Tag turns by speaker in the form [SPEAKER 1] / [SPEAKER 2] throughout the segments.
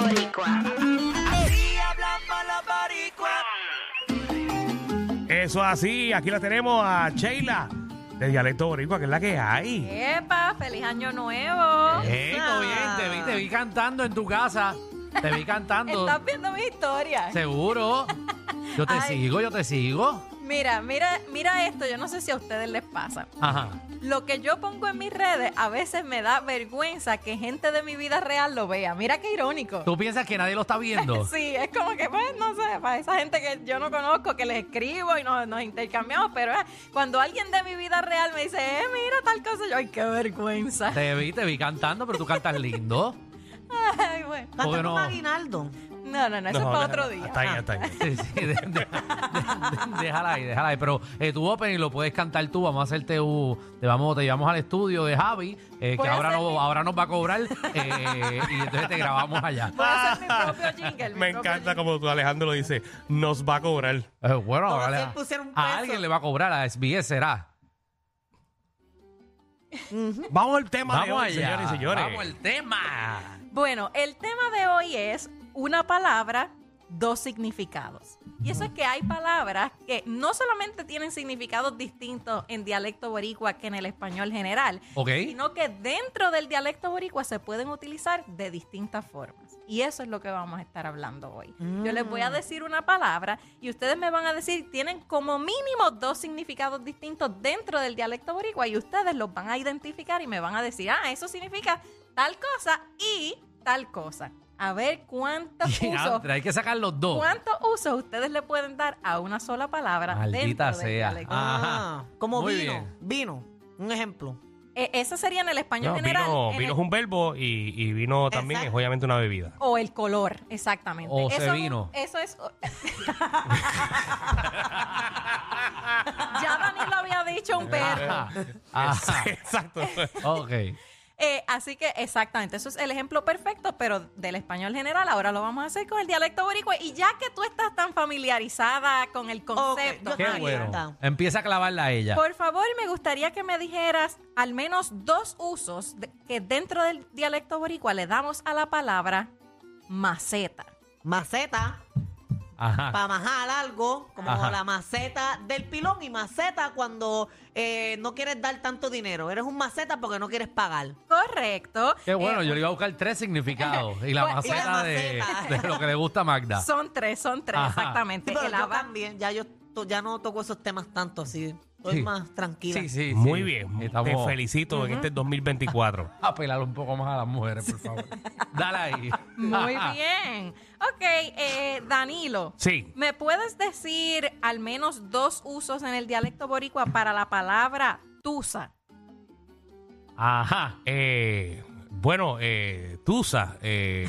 [SPEAKER 1] boricua.
[SPEAKER 2] Así hablamos los boricuas.
[SPEAKER 3] Eso así, aquí la tenemos a Sheila, de Dialecto Boricua, que es la que hay. ¿Eh?
[SPEAKER 4] ¡Epa! ¡Feliz año nuevo!
[SPEAKER 5] Hey, todo bien, te vi, te vi
[SPEAKER 1] Ah.
[SPEAKER 5] cantando en tu casa. Te vi cantando.
[SPEAKER 4] Estás viendo mi historia.
[SPEAKER 5] Seguro. Yo te
[SPEAKER 4] Ay.
[SPEAKER 5] sigo, yo te sigo.
[SPEAKER 4] Mira, mira, mira esto. Yo no sé si a ustedes les pasa.
[SPEAKER 5] Ajá.
[SPEAKER 4] Lo que yo pongo en mis redes a veces me da vergüenza que gente de mi vida real lo vea. Mira qué irónico.
[SPEAKER 5] ¿Tú piensas que nadie lo está viendo?
[SPEAKER 4] Sí, es como que, pues, no sé, para esa gente que yo no conozco, que les escribo y nos, nos intercambiamos, pero eh, cuando alguien de mi vida real me dice, eh, mira tal cosa, yo, ay, qué vergüenza.
[SPEAKER 5] Te vi, te vi cantando, pero tú cantas lindo.
[SPEAKER 4] Ay, bueno.
[SPEAKER 1] Tanto
[SPEAKER 5] Porque
[SPEAKER 1] como
[SPEAKER 5] no-
[SPEAKER 1] Aguinaldo.
[SPEAKER 4] No, no, no, eso es para otro día.
[SPEAKER 3] Hasta ahí, hasta ahí.
[SPEAKER 5] Sí, sí, de- de- de- de- déjala ahí, déjala ahí. Pero eh, tu opening lo puedes cantar tú. Vamos a hacerte un- te vamos, te llevamos al estudio de Javi, eh, que
[SPEAKER 4] Voy a
[SPEAKER 5] ahora,
[SPEAKER 4] hacer
[SPEAKER 5] no-
[SPEAKER 4] mi-
[SPEAKER 5] ahora nos va a cobrar. eh, y entonces te grabamos allá.
[SPEAKER 4] Voy a hacer mi propio jingle. mi
[SPEAKER 3] Me
[SPEAKER 4] propio
[SPEAKER 3] encanta como tú, Alejandro, lo dice, nos va a cobrar.
[SPEAKER 5] Eh, bueno,
[SPEAKER 1] Como
[SPEAKER 5] ahora
[SPEAKER 1] si
[SPEAKER 5] le-
[SPEAKER 1] él pusiera un
[SPEAKER 5] a
[SPEAKER 1] peso.
[SPEAKER 5] alguien le va a cobrar, a SBS será.
[SPEAKER 3] Vamos al tema de
[SPEAKER 5] Vamos
[SPEAKER 3] hoy,
[SPEAKER 5] allá.
[SPEAKER 3] señores y señores.
[SPEAKER 5] Vamos al tema.
[SPEAKER 4] Bueno, el tema de hoy es una palabra, dos significados. Y eso es que hay palabras que no solamente tienen significados distintos en dialecto boricua que en el español general,
[SPEAKER 5] Ok.
[SPEAKER 4] sino que dentro del dialecto boricua se pueden utilizar de distintas formas. Y eso es lo que vamos a estar hablando hoy. Yo les voy a decir una palabra y ustedes me van a decir, tienen como mínimo dos significados distintos dentro del dialecto boricua y ustedes los van a identificar y me van a decir, ah, eso significa tal cosa y tal cosa. A ver cuántos usos,
[SPEAKER 5] Diantre, hay que sacar los dos.
[SPEAKER 4] cuántos usos ustedes le pueden dar a una sola palabra
[SPEAKER 5] Maldita
[SPEAKER 4] dentro del
[SPEAKER 5] sea.
[SPEAKER 4] dialecto.
[SPEAKER 5] Ajá.
[SPEAKER 1] Ah, como
[SPEAKER 5] Muy
[SPEAKER 1] vino.
[SPEAKER 5] bien.
[SPEAKER 1] Vino. Un ejemplo.
[SPEAKER 4] E- ese sería en el español
[SPEAKER 3] No,
[SPEAKER 4] general.
[SPEAKER 3] vino
[SPEAKER 4] en
[SPEAKER 3] vino
[SPEAKER 4] el-
[SPEAKER 3] es un verbo y, y vino también
[SPEAKER 1] Exacto.
[SPEAKER 3] es obviamente una bebida.
[SPEAKER 4] O el color, exactamente.
[SPEAKER 5] O
[SPEAKER 4] eso
[SPEAKER 5] se
[SPEAKER 4] es un-
[SPEAKER 5] vino.
[SPEAKER 4] eso es. ya Dani lo había dicho un perro.
[SPEAKER 5] Ajá. Ajá.
[SPEAKER 3] Exacto.
[SPEAKER 5] Ok.
[SPEAKER 4] Eh, así que, exactamente, eso es el ejemplo perfecto, pero del español general. Ahora lo vamos a hacer con el dialecto boricua. Y ya que tú estás tan familiarizada con el concepto,
[SPEAKER 1] yo
[SPEAKER 5] Qué
[SPEAKER 1] Ah,
[SPEAKER 4] María,
[SPEAKER 5] bueno.
[SPEAKER 1] está.
[SPEAKER 5] Empieza a clavarla a ella.
[SPEAKER 4] por favor, me gustaría que me dijeras al menos dos usos de- que dentro del dialecto boricua le damos a la palabra maceta.
[SPEAKER 1] Maceta
[SPEAKER 5] Ajá.
[SPEAKER 1] para majar algo, como
[SPEAKER 5] Ah. Ajá.
[SPEAKER 1] la maceta del pilón y maceta cuando eh, no quieres dar tanto dinero. Eres un maceta porque no quieres pagar.
[SPEAKER 4] Correcto.
[SPEAKER 5] Qué bueno,
[SPEAKER 4] Eh,
[SPEAKER 5] yo le iba a buscar tres significados. Y la
[SPEAKER 4] Pues, y la
[SPEAKER 5] maceta de,
[SPEAKER 1] maceta.
[SPEAKER 5] de lo que le gusta a Magda.
[SPEAKER 4] Son tres, son tres,
[SPEAKER 5] Ajá.
[SPEAKER 4] exactamente.
[SPEAKER 1] Sí, pero
[SPEAKER 4] El
[SPEAKER 1] yo
[SPEAKER 4] aba-
[SPEAKER 1] también, ya yo to- ya no toco esos temas tanto así. Estoy
[SPEAKER 5] Sí.
[SPEAKER 1] más tranquila.
[SPEAKER 5] Sí, sí.
[SPEAKER 3] Muy
[SPEAKER 5] sí.
[SPEAKER 3] bien. Te
[SPEAKER 5] Estamos
[SPEAKER 3] felicito en este 2024.
[SPEAKER 5] a pelar un poco más a las mujeres, por favor. Dale ahí.
[SPEAKER 4] Muy bien. Ok, eh, Danilo.
[SPEAKER 3] Sí.
[SPEAKER 4] ¿Me puedes decir al menos dos usos en el dialecto boricua para la palabra tusa?
[SPEAKER 5] Ajá.
[SPEAKER 3] Eh, bueno, eh, Tusa. eh,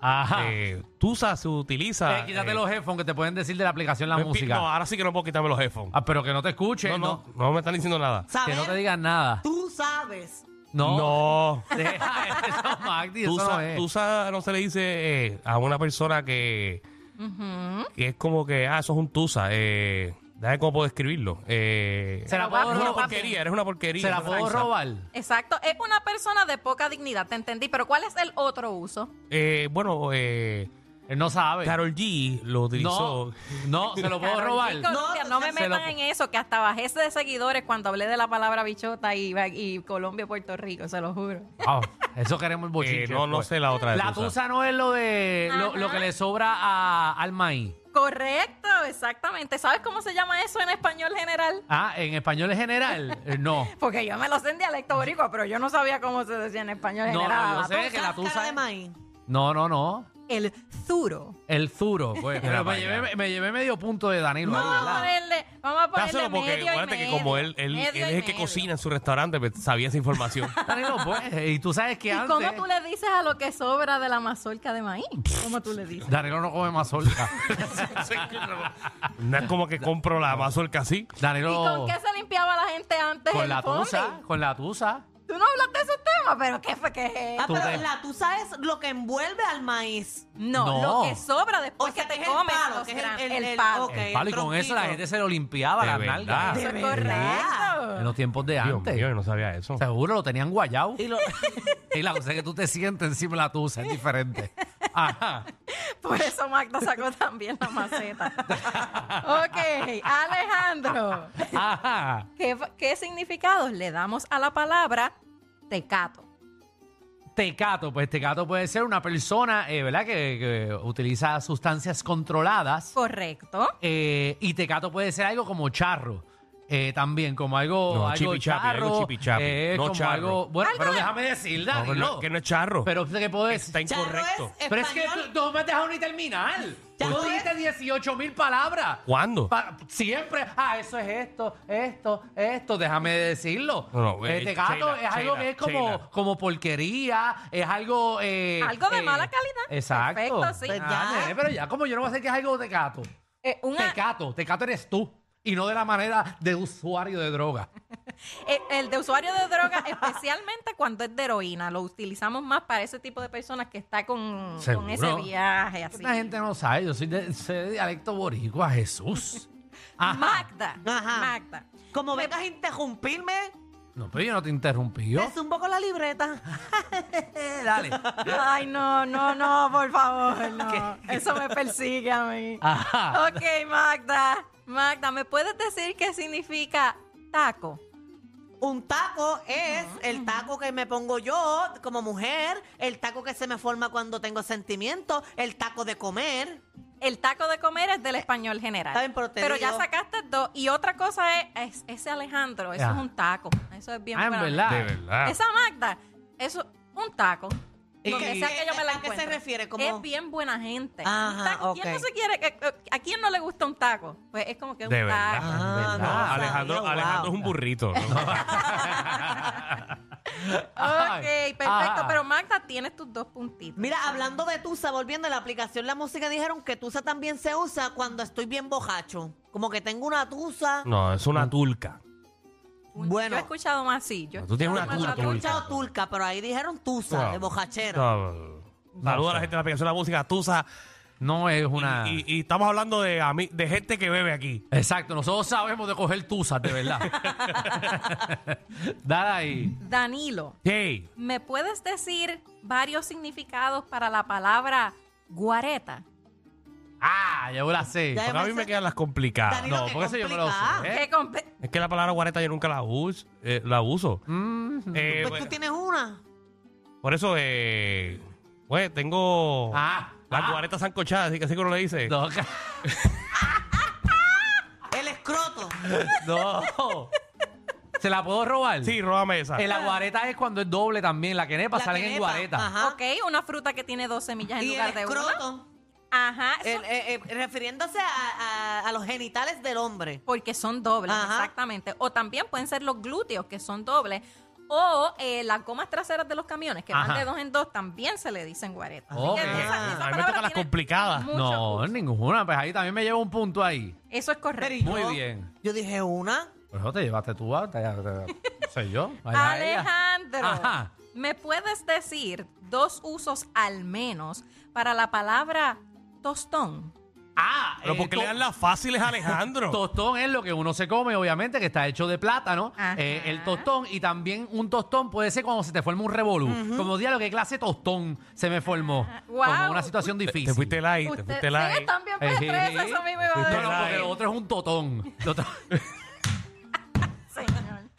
[SPEAKER 5] Ajá.
[SPEAKER 3] eh, tusa se utiliza.
[SPEAKER 5] Eh, quítate
[SPEAKER 3] eh,
[SPEAKER 5] los headphones que te pueden decir de la aplicación la
[SPEAKER 3] no,
[SPEAKER 5] música.
[SPEAKER 3] No, ahora sí que no puedo quitarme los headphones.
[SPEAKER 5] Ah, pero que no te escuchen,
[SPEAKER 3] no, no, no me están diciendo nada.
[SPEAKER 5] Que
[SPEAKER 1] ¿Sabes?
[SPEAKER 5] no te digan nada.
[SPEAKER 1] Tú sabes.
[SPEAKER 5] No.
[SPEAKER 3] No.
[SPEAKER 5] Deja eso, Magdi, eso no
[SPEAKER 3] Tusa,
[SPEAKER 5] es.
[SPEAKER 3] tusa no se le dice eh, a una persona que,
[SPEAKER 4] Ujú.
[SPEAKER 3] que es como que, ah, eso es un Tusa. Eh, déjame cómo puedo escribirlo. Eh,
[SPEAKER 5] Se la
[SPEAKER 3] eres
[SPEAKER 5] puedo
[SPEAKER 3] una
[SPEAKER 5] robar.
[SPEAKER 3] porquería, eres una porquería.
[SPEAKER 5] ¿Se la
[SPEAKER 3] eres
[SPEAKER 5] puedo
[SPEAKER 3] una tranza.
[SPEAKER 5] robar?
[SPEAKER 4] Exacto, es una persona de poca dignidad, te entendí, pero ¿cuál es el otro uso?
[SPEAKER 3] Eh, bueno, eh,
[SPEAKER 5] Él no sabe.
[SPEAKER 3] Carol G lo utilizó. eh,
[SPEAKER 5] no, no, se lo puedo
[SPEAKER 4] Carol
[SPEAKER 5] robar.
[SPEAKER 4] G. Colombia, no,
[SPEAKER 1] No,
[SPEAKER 4] me
[SPEAKER 5] se lo-
[SPEAKER 4] metan en eso, que hasta bajé de seguidores cuando hablé de la palabra bichota y, y Colombia y Puerto Rico, se lo juro.
[SPEAKER 5] Ah, eso queremos el bochinche.
[SPEAKER 3] Eh, no, no
[SPEAKER 5] después.
[SPEAKER 3] sé la otra de
[SPEAKER 5] pues. La
[SPEAKER 3] tusa.
[SPEAKER 5] tusa no es lo de lo,
[SPEAKER 4] Ajá.
[SPEAKER 5] lo que le sobra a, al maíz.
[SPEAKER 4] Correcto, exactamente. ¿Sabes cómo se llama eso en español general?
[SPEAKER 5] Ah, en español en general, eh, no.
[SPEAKER 4] Porque yo me lo sé en dialecto boricua, pero yo no sabía cómo se decía en español
[SPEAKER 5] No,
[SPEAKER 4] general.
[SPEAKER 5] no, yo sé que la
[SPEAKER 1] Cáscara
[SPEAKER 5] tusa.
[SPEAKER 1] de
[SPEAKER 5] es-
[SPEAKER 1] maíz.
[SPEAKER 5] No, no, no.
[SPEAKER 4] El zuro.
[SPEAKER 5] El zuro. pues, pero me
[SPEAKER 3] vaya.
[SPEAKER 5] llevé, me llevé medio punto de Danilo. ahí,
[SPEAKER 4] Vamos a
[SPEAKER 5] ¿verdad?
[SPEAKER 4] ponerle, vamos a ponerle
[SPEAKER 3] Dáselo porque
[SPEAKER 4] medio y
[SPEAKER 3] acuérdate que
[SPEAKER 4] medio.
[SPEAKER 3] como él, él,
[SPEAKER 4] Medio
[SPEAKER 3] él
[SPEAKER 4] y
[SPEAKER 3] es el que
[SPEAKER 4] medio.
[SPEAKER 3] cocina en su restaurante, pues, sabía esa información.
[SPEAKER 5] Danilo, pues. Y tú sabes que
[SPEAKER 4] ¿Y
[SPEAKER 5] antes.
[SPEAKER 4] cómo tú le dices a lo que sobra de la mazorca de maíz? ¿Cómo tú le dices?
[SPEAKER 5] Danilo no come mazorca.
[SPEAKER 3] no es como que compro la mazorca así.
[SPEAKER 4] ¿Y
[SPEAKER 5] Danilo.
[SPEAKER 4] con qué se limpiaba la gente antes
[SPEAKER 5] con
[SPEAKER 4] el
[SPEAKER 5] la
[SPEAKER 4] fondo?
[SPEAKER 5] tusa, con la tusa.
[SPEAKER 4] Tú no hablaste de esos temas, pero ¿qué fue que es
[SPEAKER 1] Ah,
[SPEAKER 4] esto?
[SPEAKER 5] Tú
[SPEAKER 1] pero
[SPEAKER 5] te-
[SPEAKER 1] la tusa es lo que envuelve al maíz.
[SPEAKER 4] No,
[SPEAKER 5] No.
[SPEAKER 4] lo que sobra después
[SPEAKER 1] O sea,
[SPEAKER 4] que
[SPEAKER 1] que
[SPEAKER 4] te
[SPEAKER 1] es el
[SPEAKER 4] comes
[SPEAKER 1] palo,
[SPEAKER 4] los
[SPEAKER 1] que es el-
[SPEAKER 4] granos,
[SPEAKER 1] el- el-
[SPEAKER 4] palo.
[SPEAKER 1] ok.
[SPEAKER 5] El palo, y
[SPEAKER 1] el
[SPEAKER 5] con eso la
[SPEAKER 1] tronquito.
[SPEAKER 5] gente se lo limpiaba
[SPEAKER 3] Ah, De
[SPEAKER 5] las
[SPEAKER 3] verdad.
[SPEAKER 5] nalgas.
[SPEAKER 4] Eso
[SPEAKER 1] De
[SPEAKER 4] es
[SPEAKER 1] verdad.
[SPEAKER 5] En
[SPEAKER 4] correcto.
[SPEAKER 5] los tiempos de
[SPEAKER 3] Dios
[SPEAKER 5] antes.
[SPEAKER 3] mío, yo no sabía eso.
[SPEAKER 5] Seguro, lo tenían guayado.
[SPEAKER 1] Y lo-
[SPEAKER 5] Y la cosa es que tú te sientes encima de la tusa, es diferente. Ajá.
[SPEAKER 4] Por eso Magda sacó también la maceta. ok, Alejandro.
[SPEAKER 5] Ajá.
[SPEAKER 4] ¿Qué, qué significados le damos a la palabra tecato?
[SPEAKER 5] Tecato, pues tecato puede ser una persona, eh, ¿verdad?, que, que utiliza sustancias controladas.
[SPEAKER 4] Correcto.
[SPEAKER 5] Eh, y tecato puede ser algo como charro. eh, también, como algo.
[SPEAKER 3] No,
[SPEAKER 5] algo
[SPEAKER 3] chipichapi, algo
[SPEAKER 5] charro.
[SPEAKER 3] chipichapi,
[SPEAKER 5] eh,
[SPEAKER 3] no
[SPEAKER 5] como
[SPEAKER 3] charro.
[SPEAKER 5] algo. Bueno, pero déjame decir,
[SPEAKER 3] No,
[SPEAKER 5] Dani,
[SPEAKER 3] pero no,
[SPEAKER 5] no.
[SPEAKER 3] que no es charro.
[SPEAKER 5] Pero fíjate que puedes.
[SPEAKER 3] Está
[SPEAKER 1] Charro
[SPEAKER 3] incorrecto.
[SPEAKER 1] es
[SPEAKER 5] Pero es que
[SPEAKER 1] español.
[SPEAKER 5] tú tú no me has dejado ni terminar. Tú
[SPEAKER 1] Charro
[SPEAKER 5] dijiste 18 mil palabras.
[SPEAKER 3] ¿Cuándo?
[SPEAKER 5] Pa- siempre, ah, eso es esto, esto, esto, déjame decirlo.
[SPEAKER 3] No, no, eh,
[SPEAKER 5] este gato
[SPEAKER 3] Sheila,
[SPEAKER 5] es algo
[SPEAKER 3] Sheila,
[SPEAKER 5] que es como,
[SPEAKER 3] Sheila.
[SPEAKER 5] como porquería, es algo... eh,
[SPEAKER 4] Algo de
[SPEAKER 5] eh,
[SPEAKER 4] mala calidad.
[SPEAKER 5] Exacto.
[SPEAKER 4] Perfecto, sí.
[SPEAKER 5] Ah,
[SPEAKER 1] Pues ya.
[SPEAKER 5] nene, pero ya, como yo no voy a decir que es algo de gato.
[SPEAKER 4] Eh, una-
[SPEAKER 5] Tecato, tecato eres tú. Y no de la manera de usuario de droga.
[SPEAKER 4] eh, el de usuario de droga, especialmente cuando es de heroína, lo utilizamos más para ese tipo de personas que está con, con
[SPEAKER 5] Seguro.
[SPEAKER 4] ese viaje así.
[SPEAKER 5] Esta gente no sabe, yo soy de, sé de dialecto boricua, Jesús. Ajá.
[SPEAKER 4] Magda,
[SPEAKER 1] Ajá.
[SPEAKER 4] Magda.
[SPEAKER 1] Como vengas a interrumpirme,
[SPEAKER 5] No, pero yo no te interrumpí. Yo.
[SPEAKER 1] me zumbo con la libreta.
[SPEAKER 5] Dale.
[SPEAKER 4] Ay, no, no, no, por favor, no. Eso me persigue a mí.
[SPEAKER 5] Ajá.
[SPEAKER 4] Ok, Magda. Magda, ¿me puedes decir qué significa taco?
[SPEAKER 1] Un taco es el taco que me pongo yo como mujer, el taco que se me forma cuando tengo sentimientos, el taco de comer.
[SPEAKER 4] El taco de comer es del español general.
[SPEAKER 1] Eh, Está bien, pero te
[SPEAKER 4] ya
[SPEAKER 1] digo-
[SPEAKER 4] sacaste dos. Y otra cosa es, es- ese Alejandro, eso
[SPEAKER 5] Ah.
[SPEAKER 4] es un taco. Eso es bien
[SPEAKER 5] Ah, en
[SPEAKER 4] para mí.
[SPEAKER 5] verdad.
[SPEAKER 3] De verdad.
[SPEAKER 4] Esa Magda, eso un taco.
[SPEAKER 5] Y-
[SPEAKER 4] Donde sea que yo me la
[SPEAKER 1] ¿A qué se
[SPEAKER 4] encuentre.
[SPEAKER 1] refiere? Como-
[SPEAKER 4] Es bien buena gente.
[SPEAKER 1] Ajá,
[SPEAKER 4] Un taco- ¿Quién
[SPEAKER 1] ok.
[SPEAKER 4] no se quiere? que- que- ¿A quién no le gusta un taco? Pues es como que un
[SPEAKER 3] De verdad.
[SPEAKER 4] taco.
[SPEAKER 5] Ah, no
[SPEAKER 1] sabía,
[SPEAKER 3] Alejandro,
[SPEAKER 1] wow.
[SPEAKER 3] Alejandro es un burrito. ¿no?
[SPEAKER 4] Ok, perfecto.
[SPEAKER 3] Ah.
[SPEAKER 5] Ajá.
[SPEAKER 4] Pero Magda, tienes tus dos puntitos.
[SPEAKER 1] Mira, hablando de Tusa, volviendo a la aplicación La Música, dijeron que Tusa también se usa cuando estoy bien bojacho. Como que tengo una Tusa.
[SPEAKER 3] No, es una tulca.
[SPEAKER 4] Un-
[SPEAKER 1] bueno.
[SPEAKER 4] Yo he escuchado más así. Yo he
[SPEAKER 3] Tú tienes
[SPEAKER 4] escuchado
[SPEAKER 3] una
[SPEAKER 1] Yo
[SPEAKER 4] más
[SPEAKER 1] he
[SPEAKER 3] turca.
[SPEAKER 1] escuchado turca, pero ahí dijeron Tusa,
[SPEAKER 3] No.
[SPEAKER 1] de bojachera.
[SPEAKER 3] Saludos a
[SPEAKER 5] sé.
[SPEAKER 3] la gente de la aplicación de la música Tusa.
[SPEAKER 5] No es una.
[SPEAKER 3] Y, y- y estamos hablando de, ami- de gente que bebe aquí.
[SPEAKER 5] Exacto, nosotros sabemos de coger tuzas, de verdad. Dale ahí.
[SPEAKER 4] Danilo,
[SPEAKER 3] Hey,
[SPEAKER 4] ¿me puedes decir varios significados para la palabra guareta?
[SPEAKER 5] Ah, ya la sé.
[SPEAKER 1] Ya-
[SPEAKER 3] porque a mí
[SPEAKER 1] Además,
[SPEAKER 3] me quedan las complicadas.
[SPEAKER 1] Danilo,
[SPEAKER 5] no,
[SPEAKER 1] qué
[SPEAKER 5] porque eso yo me lo
[SPEAKER 1] complicada.
[SPEAKER 5] sé.
[SPEAKER 4] Qué comple-
[SPEAKER 3] Es que la palabra guareta yo nunca la, us- eh, la uso.
[SPEAKER 5] Mm.
[SPEAKER 3] Eh,
[SPEAKER 1] Pues
[SPEAKER 3] bueno,
[SPEAKER 1] tú tienes una.
[SPEAKER 3] Por eso, eh, pues tengo
[SPEAKER 5] Ah,
[SPEAKER 3] las
[SPEAKER 5] ah.
[SPEAKER 3] guaretas sancochadas, así que así que uno le dice.
[SPEAKER 5] No, ca-
[SPEAKER 1] El escroto.
[SPEAKER 5] no. ¿Se la puedo robar?
[SPEAKER 3] Sí, róbame esa.
[SPEAKER 5] Eh, la guareta es cuando es doble también. La quenepa
[SPEAKER 1] La
[SPEAKER 5] salen en
[SPEAKER 1] quenepa,
[SPEAKER 5] guareta.
[SPEAKER 1] ajá.
[SPEAKER 4] Ok, una fruta que tiene dos semillas en
[SPEAKER 1] Y
[SPEAKER 4] lugar
[SPEAKER 1] el
[SPEAKER 4] de una.
[SPEAKER 1] escroto.
[SPEAKER 4] Ajá, eso-
[SPEAKER 1] el- eh, eh, refiriéndose a, a- a los genitales del hombre.
[SPEAKER 4] porque son dobles,
[SPEAKER 1] Ajá.
[SPEAKER 4] exactamente. O también pueden ser los glúteos, que son dobles. O eh, las gomas traseras de los camiones, que
[SPEAKER 5] Ajá.
[SPEAKER 4] van de dos en dos, también se le dicen guareta. Así que
[SPEAKER 5] Ok.
[SPEAKER 4] esa- esa
[SPEAKER 3] Ah, a mí me
[SPEAKER 4] palabra
[SPEAKER 3] tocan las
[SPEAKER 4] tiene
[SPEAKER 3] complicadas.
[SPEAKER 4] mucho
[SPEAKER 5] No,
[SPEAKER 4] uso.
[SPEAKER 5] ninguna. Pues ahí también me llevo un punto ahí.
[SPEAKER 4] Eso es
[SPEAKER 1] Pero
[SPEAKER 4] correcto.
[SPEAKER 1] ¿y yo?
[SPEAKER 5] Muy bien.
[SPEAKER 1] Yo dije una.
[SPEAKER 5] Por eso te llevaste tú a. te- te- no sé yo. a ella.
[SPEAKER 4] Alejandro,
[SPEAKER 5] Ajá.
[SPEAKER 4] ¿me puedes decir dos usos al menos para la palabra tostón?
[SPEAKER 5] Ah,
[SPEAKER 3] Pero
[SPEAKER 5] eh,
[SPEAKER 3] porque le
[SPEAKER 5] to-
[SPEAKER 3] dan las fáciles a Alejandro.
[SPEAKER 5] Tostón es lo que uno se come, obviamente, que está hecho de plátano.
[SPEAKER 4] Ajá.
[SPEAKER 5] Eh, el tostón y también un tostón puede ser cuando se te forma un revolú. Como diablo, qué clase de tostón se me formó.
[SPEAKER 4] Guau.
[SPEAKER 5] Como una situación difícil.
[SPEAKER 3] te fuiste light, te
[SPEAKER 4] Usted-
[SPEAKER 3] fuiste light.
[SPEAKER 4] Sí, también fue
[SPEAKER 5] Eh,
[SPEAKER 4] tres,
[SPEAKER 5] sí.
[SPEAKER 4] eso mismo iba a
[SPEAKER 5] No,
[SPEAKER 4] decir.
[SPEAKER 5] no, porque
[SPEAKER 3] Ay.
[SPEAKER 5] lo otro es un totón. Lo otro-
[SPEAKER 4] Señor.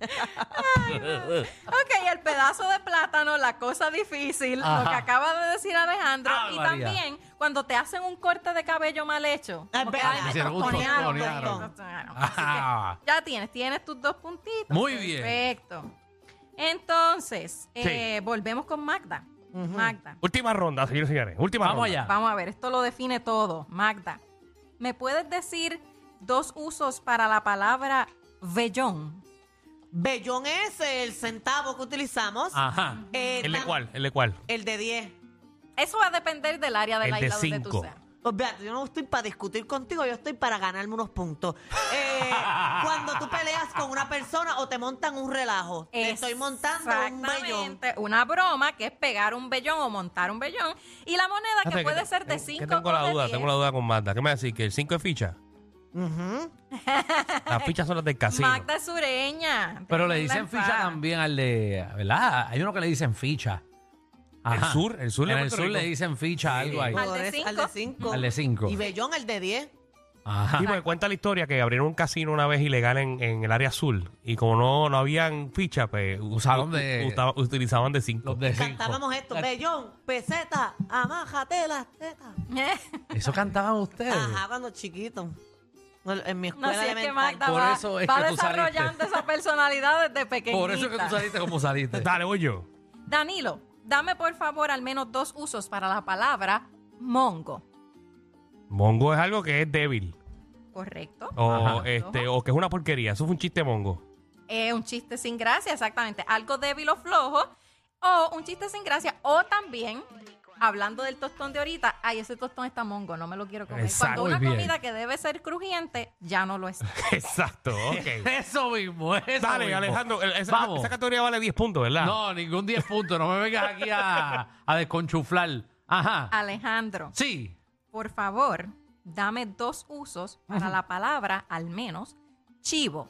[SPEAKER 4] Ay, no. ok, el pedazo de plátano, la cosa difícil, lo
[SPEAKER 5] Ajá. Ah,
[SPEAKER 4] que acaba de decir Alejandro. y
[SPEAKER 5] María.
[SPEAKER 4] también cuando te hacen un corte de cabello mal hecho.
[SPEAKER 1] Ah,
[SPEAKER 4] como que,
[SPEAKER 1] ve-
[SPEAKER 4] ay,
[SPEAKER 1] ah,
[SPEAKER 4] me
[SPEAKER 5] hicieron un
[SPEAKER 4] tostonearon,
[SPEAKER 5] tostonearon.
[SPEAKER 4] me tostonearon. Así que
[SPEAKER 5] Ah.
[SPEAKER 4] ya tienes, tienes tus dos puntitos.
[SPEAKER 5] Muy bien.
[SPEAKER 4] Perfecto. Entonces, eh, volvemos con Magda. Magda.
[SPEAKER 3] Última ronda, señores y señores. Última
[SPEAKER 5] Vamos
[SPEAKER 3] ronda.
[SPEAKER 5] allá.
[SPEAKER 4] Vamos a ver, esto lo define todo. Magda, ¿me puedes decir dos usos para la palabra vellón?
[SPEAKER 1] Bellón es el centavo que utilizamos.
[SPEAKER 5] Ajá.
[SPEAKER 1] Eh,
[SPEAKER 3] ¿El de
[SPEAKER 1] tan-
[SPEAKER 3] cuál? ¿El de cuál?
[SPEAKER 1] El de 10.
[SPEAKER 4] Eso va a depender del área de
[SPEAKER 3] El
[SPEAKER 4] la
[SPEAKER 3] de
[SPEAKER 4] isla donde tú
[SPEAKER 3] cinco.
[SPEAKER 4] seas.
[SPEAKER 1] Pues, Beatriz, yo no estoy para discutir contigo, yo estoy para ganarme unos puntos. Eh, cuando tú peleas con una persona o te montan un relajo, te estoy montando un vellón.
[SPEAKER 4] Exactamente, Una broma que es pegar un vellón o montar un vellón. Y la moneda que
[SPEAKER 6] Fíjate
[SPEAKER 4] puede
[SPEAKER 6] te-
[SPEAKER 4] ser de
[SPEAKER 6] que
[SPEAKER 4] 5
[SPEAKER 6] tengo la duda, tengo la duda con Magda. ¿Qué me decís? ¿Que el 5 es ficha?
[SPEAKER 1] Ujú.
[SPEAKER 6] Las fichas son las del casino.
[SPEAKER 4] Magda es sureña.
[SPEAKER 5] Pero le
[SPEAKER 4] Déjenla
[SPEAKER 5] dicen
[SPEAKER 4] en
[SPEAKER 5] ficha
[SPEAKER 4] paz.
[SPEAKER 5] también al de. ¿Verdad? Hay uno que le dicen ficha.
[SPEAKER 6] El sur, el sur de
[SPEAKER 5] En el
[SPEAKER 6] Puerto
[SPEAKER 5] sur
[SPEAKER 6] Rico.
[SPEAKER 5] le dicen ficha algo ahí.
[SPEAKER 4] Al
[SPEAKER 1] Por
[SPEAKER 4] de
[SPEAKER 1] eso,
[SPEAKER 4] cinco.
[SPEAKER 1] cinco.
[SPEAKER 5] Al de cinco.
[SPEAKER 1] Y Bellón al de 10.
[SPEAKER 5] Ajá.
[SPEAKER 6] Sí, porque cuenta la historia que abrieron un casino una vez ilegal en, en el área azul y como no, no habían ficha, pues
[SPEAKER 5] Usaron de-
[SPEAKER 6] usaban- utilizaban de 5.
[SPEAKER 5] Los de cinco.
[SPEAKER 1] Cantábamos esto, Bellón, peseta, amájate las tetas.
[SPEAKER 5] Eso cantaban ustedes.
[SPEAKER 1] Ajá, cuando chiquito. En mi
[SPEAKER 4] No
[SPEAKER 1] escuela
[SPEAKER 4] sé, es que
[SPEAKER 1] elemental.
[SPEAKER 4] Magda
[SPEAKER 5] Por
[SPEAKER 4] va,
[SPEAKER 5] eso es
[SPEAKER 4] va
[SPEAKER 5] que tú
[SPEAKER 4] desarrollando esa personalidad desde pequeñita.
[SPEAKER 5] Por eso es que tú saliste como saliste.
[SPEAKER 6] Dale, voy yo.
[SPEAKER 4] Danilo, dame por favor al menos dos usos para la palabra mongo.
[SPEAKER 6] Mongo es algo que es débil
[SPEAKER 4] ¿Correcto?
[SPEAKER 6] o,
[SPEAKER 5] Ajá.
[SPEAKER 6] este, o que es una porquería. Eso fue un chiste mongo.
[SPEAKER 4] Eh, un chiste sin gracia, exactamente. Algo débil o flojo. O un chiste sin gracia. O también, hablando del tostón de ahorita, ay, ese tostón está mongo, no me lo quiero comer.
[SPEAKER 5] Exacto,
[SPEAKER 4] Cuando una
[SPEAKER 5] muy bien.
[SPEAKER 4] comida que debe ser crujiente ya no lo es.
[SPEAKER 6] Exacto, ok.
[SPEAKER 5] Eso mismo, eso
[SPEAKER 6] Dale,
[SPEAKER 5] mismo.
[SPEAKER 6] Alejandro, el- esa,
[SPEAKER 5] Vamos.
[SPEAKER 6] esa categoría vale 10 puntos, ¿verdad?
[SPEAKER 5] No, ningún 10 puntos. No me vengas aquí a, a desconchuflar. Ajá.
[SPEAKER 4] Ah. Alejandro,
[SPEAKER 5] Sí.
[SPEAKER 4] por favor, dame dos usos para la palabra, al menos, chivo.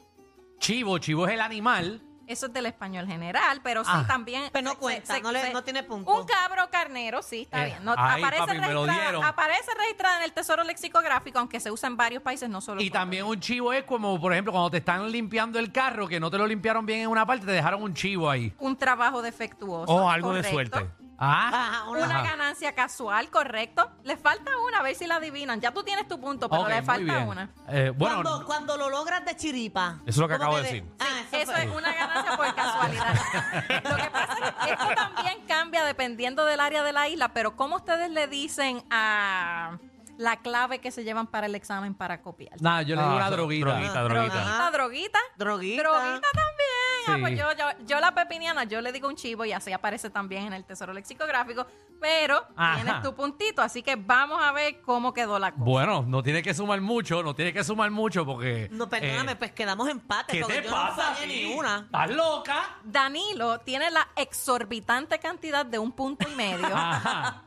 [SPEAKER 5] Chivo, chivo es el animal.
[SPEAKER 4] Eso es del español general, pero sí
[SPEAKER 5] Ah.
[SPEAKER 4] también.
[SPEAKER 1] Pero Pues no cuenta, no le- no tiene punto.
[SPEAKER 4] Un cabro carnero, sí, está
[SPEAKER 5] Eh,
[SPEAKER 4] bien. No,
[SPEAKER 5] ahí,
[SPEAKER 4] aparece,
[SPEAKER 5] papi, me lo dieron.
[SPEAKER 4] registrada, aparece registrada en el Tesoro Lexicográfico, aunque se usa en varios países, no solo. en
[SPEAKER 5] Y
[SPEAKER 4] Puerto
[SPEAKER 5] también un chivo es como, por ejemplo, cuando te están limpiando el carro, que no te lo limpiaron bien en una parte, te dejaron un chivo ahí.
[SPEAKER 4] Rico. Un trabajo defectuoso.
[SPEAKER 5] Oh,
[SPEAKER 6] O algo de
[SPEAKER 4] correcto.
[SPEAKER 6] suerte.
[SPEAKER 5] Ah.
[SPEAKER 1] Ajá, una-
[SPEAKER 4] Una
[SPEAKER 5] Ajá.
[SPEAKER 4] ganancia casual, correcto. Le falta una, a ver si la adivinan. Ya tú tienes tu punto, pero
[SPEAKER 5] Ok,
[SPEAKER 4] le
[SPEAKER 5] muy
[SPEAKER 4] falta
[SPEAKER 5] bien.
[SPEAKER 4] una.
[SPEAKER 5] Eh, bueno,
[SPEAKER 1] cuando, cuando lo logras de chiripa.
[SPEAKER 6] Eso es lo que
[SPEAKER 1] Como
[SPEAKER 6] acabo de
[SPEAKER 1] que
[SPEAKER 6] decir.
[SPEAKER 1] Ah, eso,
[SPEAKER 4] Eso
[SPEAKER 1] fue.
[SPEAKER 4] es una ganancia por casualidad. Lo que pasa es que esto también cambia dependiendo del área de la isla, pero ¿cómo ustedes le dicen a la clave que se llevan para el examen para copiar?
[SPEAKER 5] nada, yo le digo
[SPEAKER 6] Ah,
[SPEAKER 5] una
[SPEAKER 6] eso-
[SPEAKER 5] droguita.
[SPEAKER 6] droguita, droguita.
[SPEAKER 4] Droguita, droguita.
[SPEAKER 1] Ah. Droguita.
[SPEAKER 4] Droguita también. Ah,
[SPEAKER 5] Sí.
[SPEAKER 4] pues yo, yo, yo la pepiniana, yo le digo un chivo y así aparece también en el tesoro lexicográfico, pero
[SPEAKER 5] Ajá.
[SPEAKER 4] tienes tu puntito, así que vamos a ver cómo quedó la cosa.
[SPEAKER 5] Bueno, no tiene que sumar mucho, no tiene que sumar mucho porque.
[SPEAKER 1] No, perdóname,
[SPEAKER 5] eh,
[SPEAKER 1] pues quedamos empate.
[SPEAKER 5] ¿Qué
[SPEAKER 1] porque
[SPEAKER 5] te
[SPEAKER 1] yo
[SPEAKER 5] pasa?
[SPEAKER 1] no
[SPEAKER 5] a
[SPEAKER 1] fallé
[SPEAKER 5] ti?
[SPEAKER 1] ni una.
[SPEAKER 5] ¿Estás loca?
[SPEAKER 4] Danilo tiene la exorbitante cantidad de un punto y medio.
[SPEAKER 5] Ah. Ajá.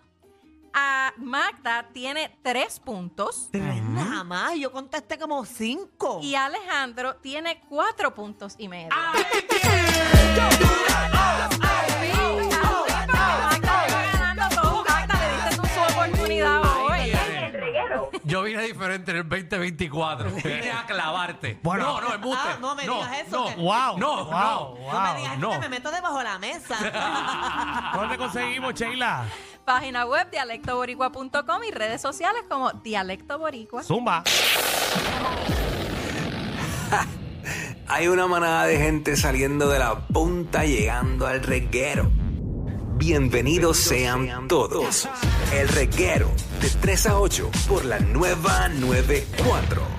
[SPEAKER 4] a Magda tiene tres puntos
[SPEAKER 1] Tres nada más. Yo contesté como cinco.
[SPEAKER 4] y Alejandro tiene cuatro puntos y medio. Al fin, al fin, Magda está ganando todo. Magda, le diste tu- su oportunidad hoy.
[SPEAKER 5] Yo vine diferente en el 2024. Vine a clavarte.
[SPEAKER 3] Bueno.
[SPEAKER 5] no, no, embuste.
[SPEAKER 1] Ah, no me digas eso,
[SPEAKER 5] No,
[SPEAKER 1] que-
[SPEAKER 5] wow, no,
[SPEAKER 3] wow,
[SPEAKER 5] no.
[SPEAKER 1] no me digas
[SPEAKER 5] no.
[SPEAKER 1] que me meto debajo de la mesa.
[SPEAKER 3] ¿Dónde conseguimos, Sheila?
[SPEAKER 4] Página web dialectoboricua.com y redes sociales como Dialecto Boricua.
[SPEAKER 3] Zumba.
[SPEAKER 7] Hay una manada de gente saliendo de la punta llegando al reguero. Bienvenidos sean todos. El reguero de 3 a 8 por la nueva 94.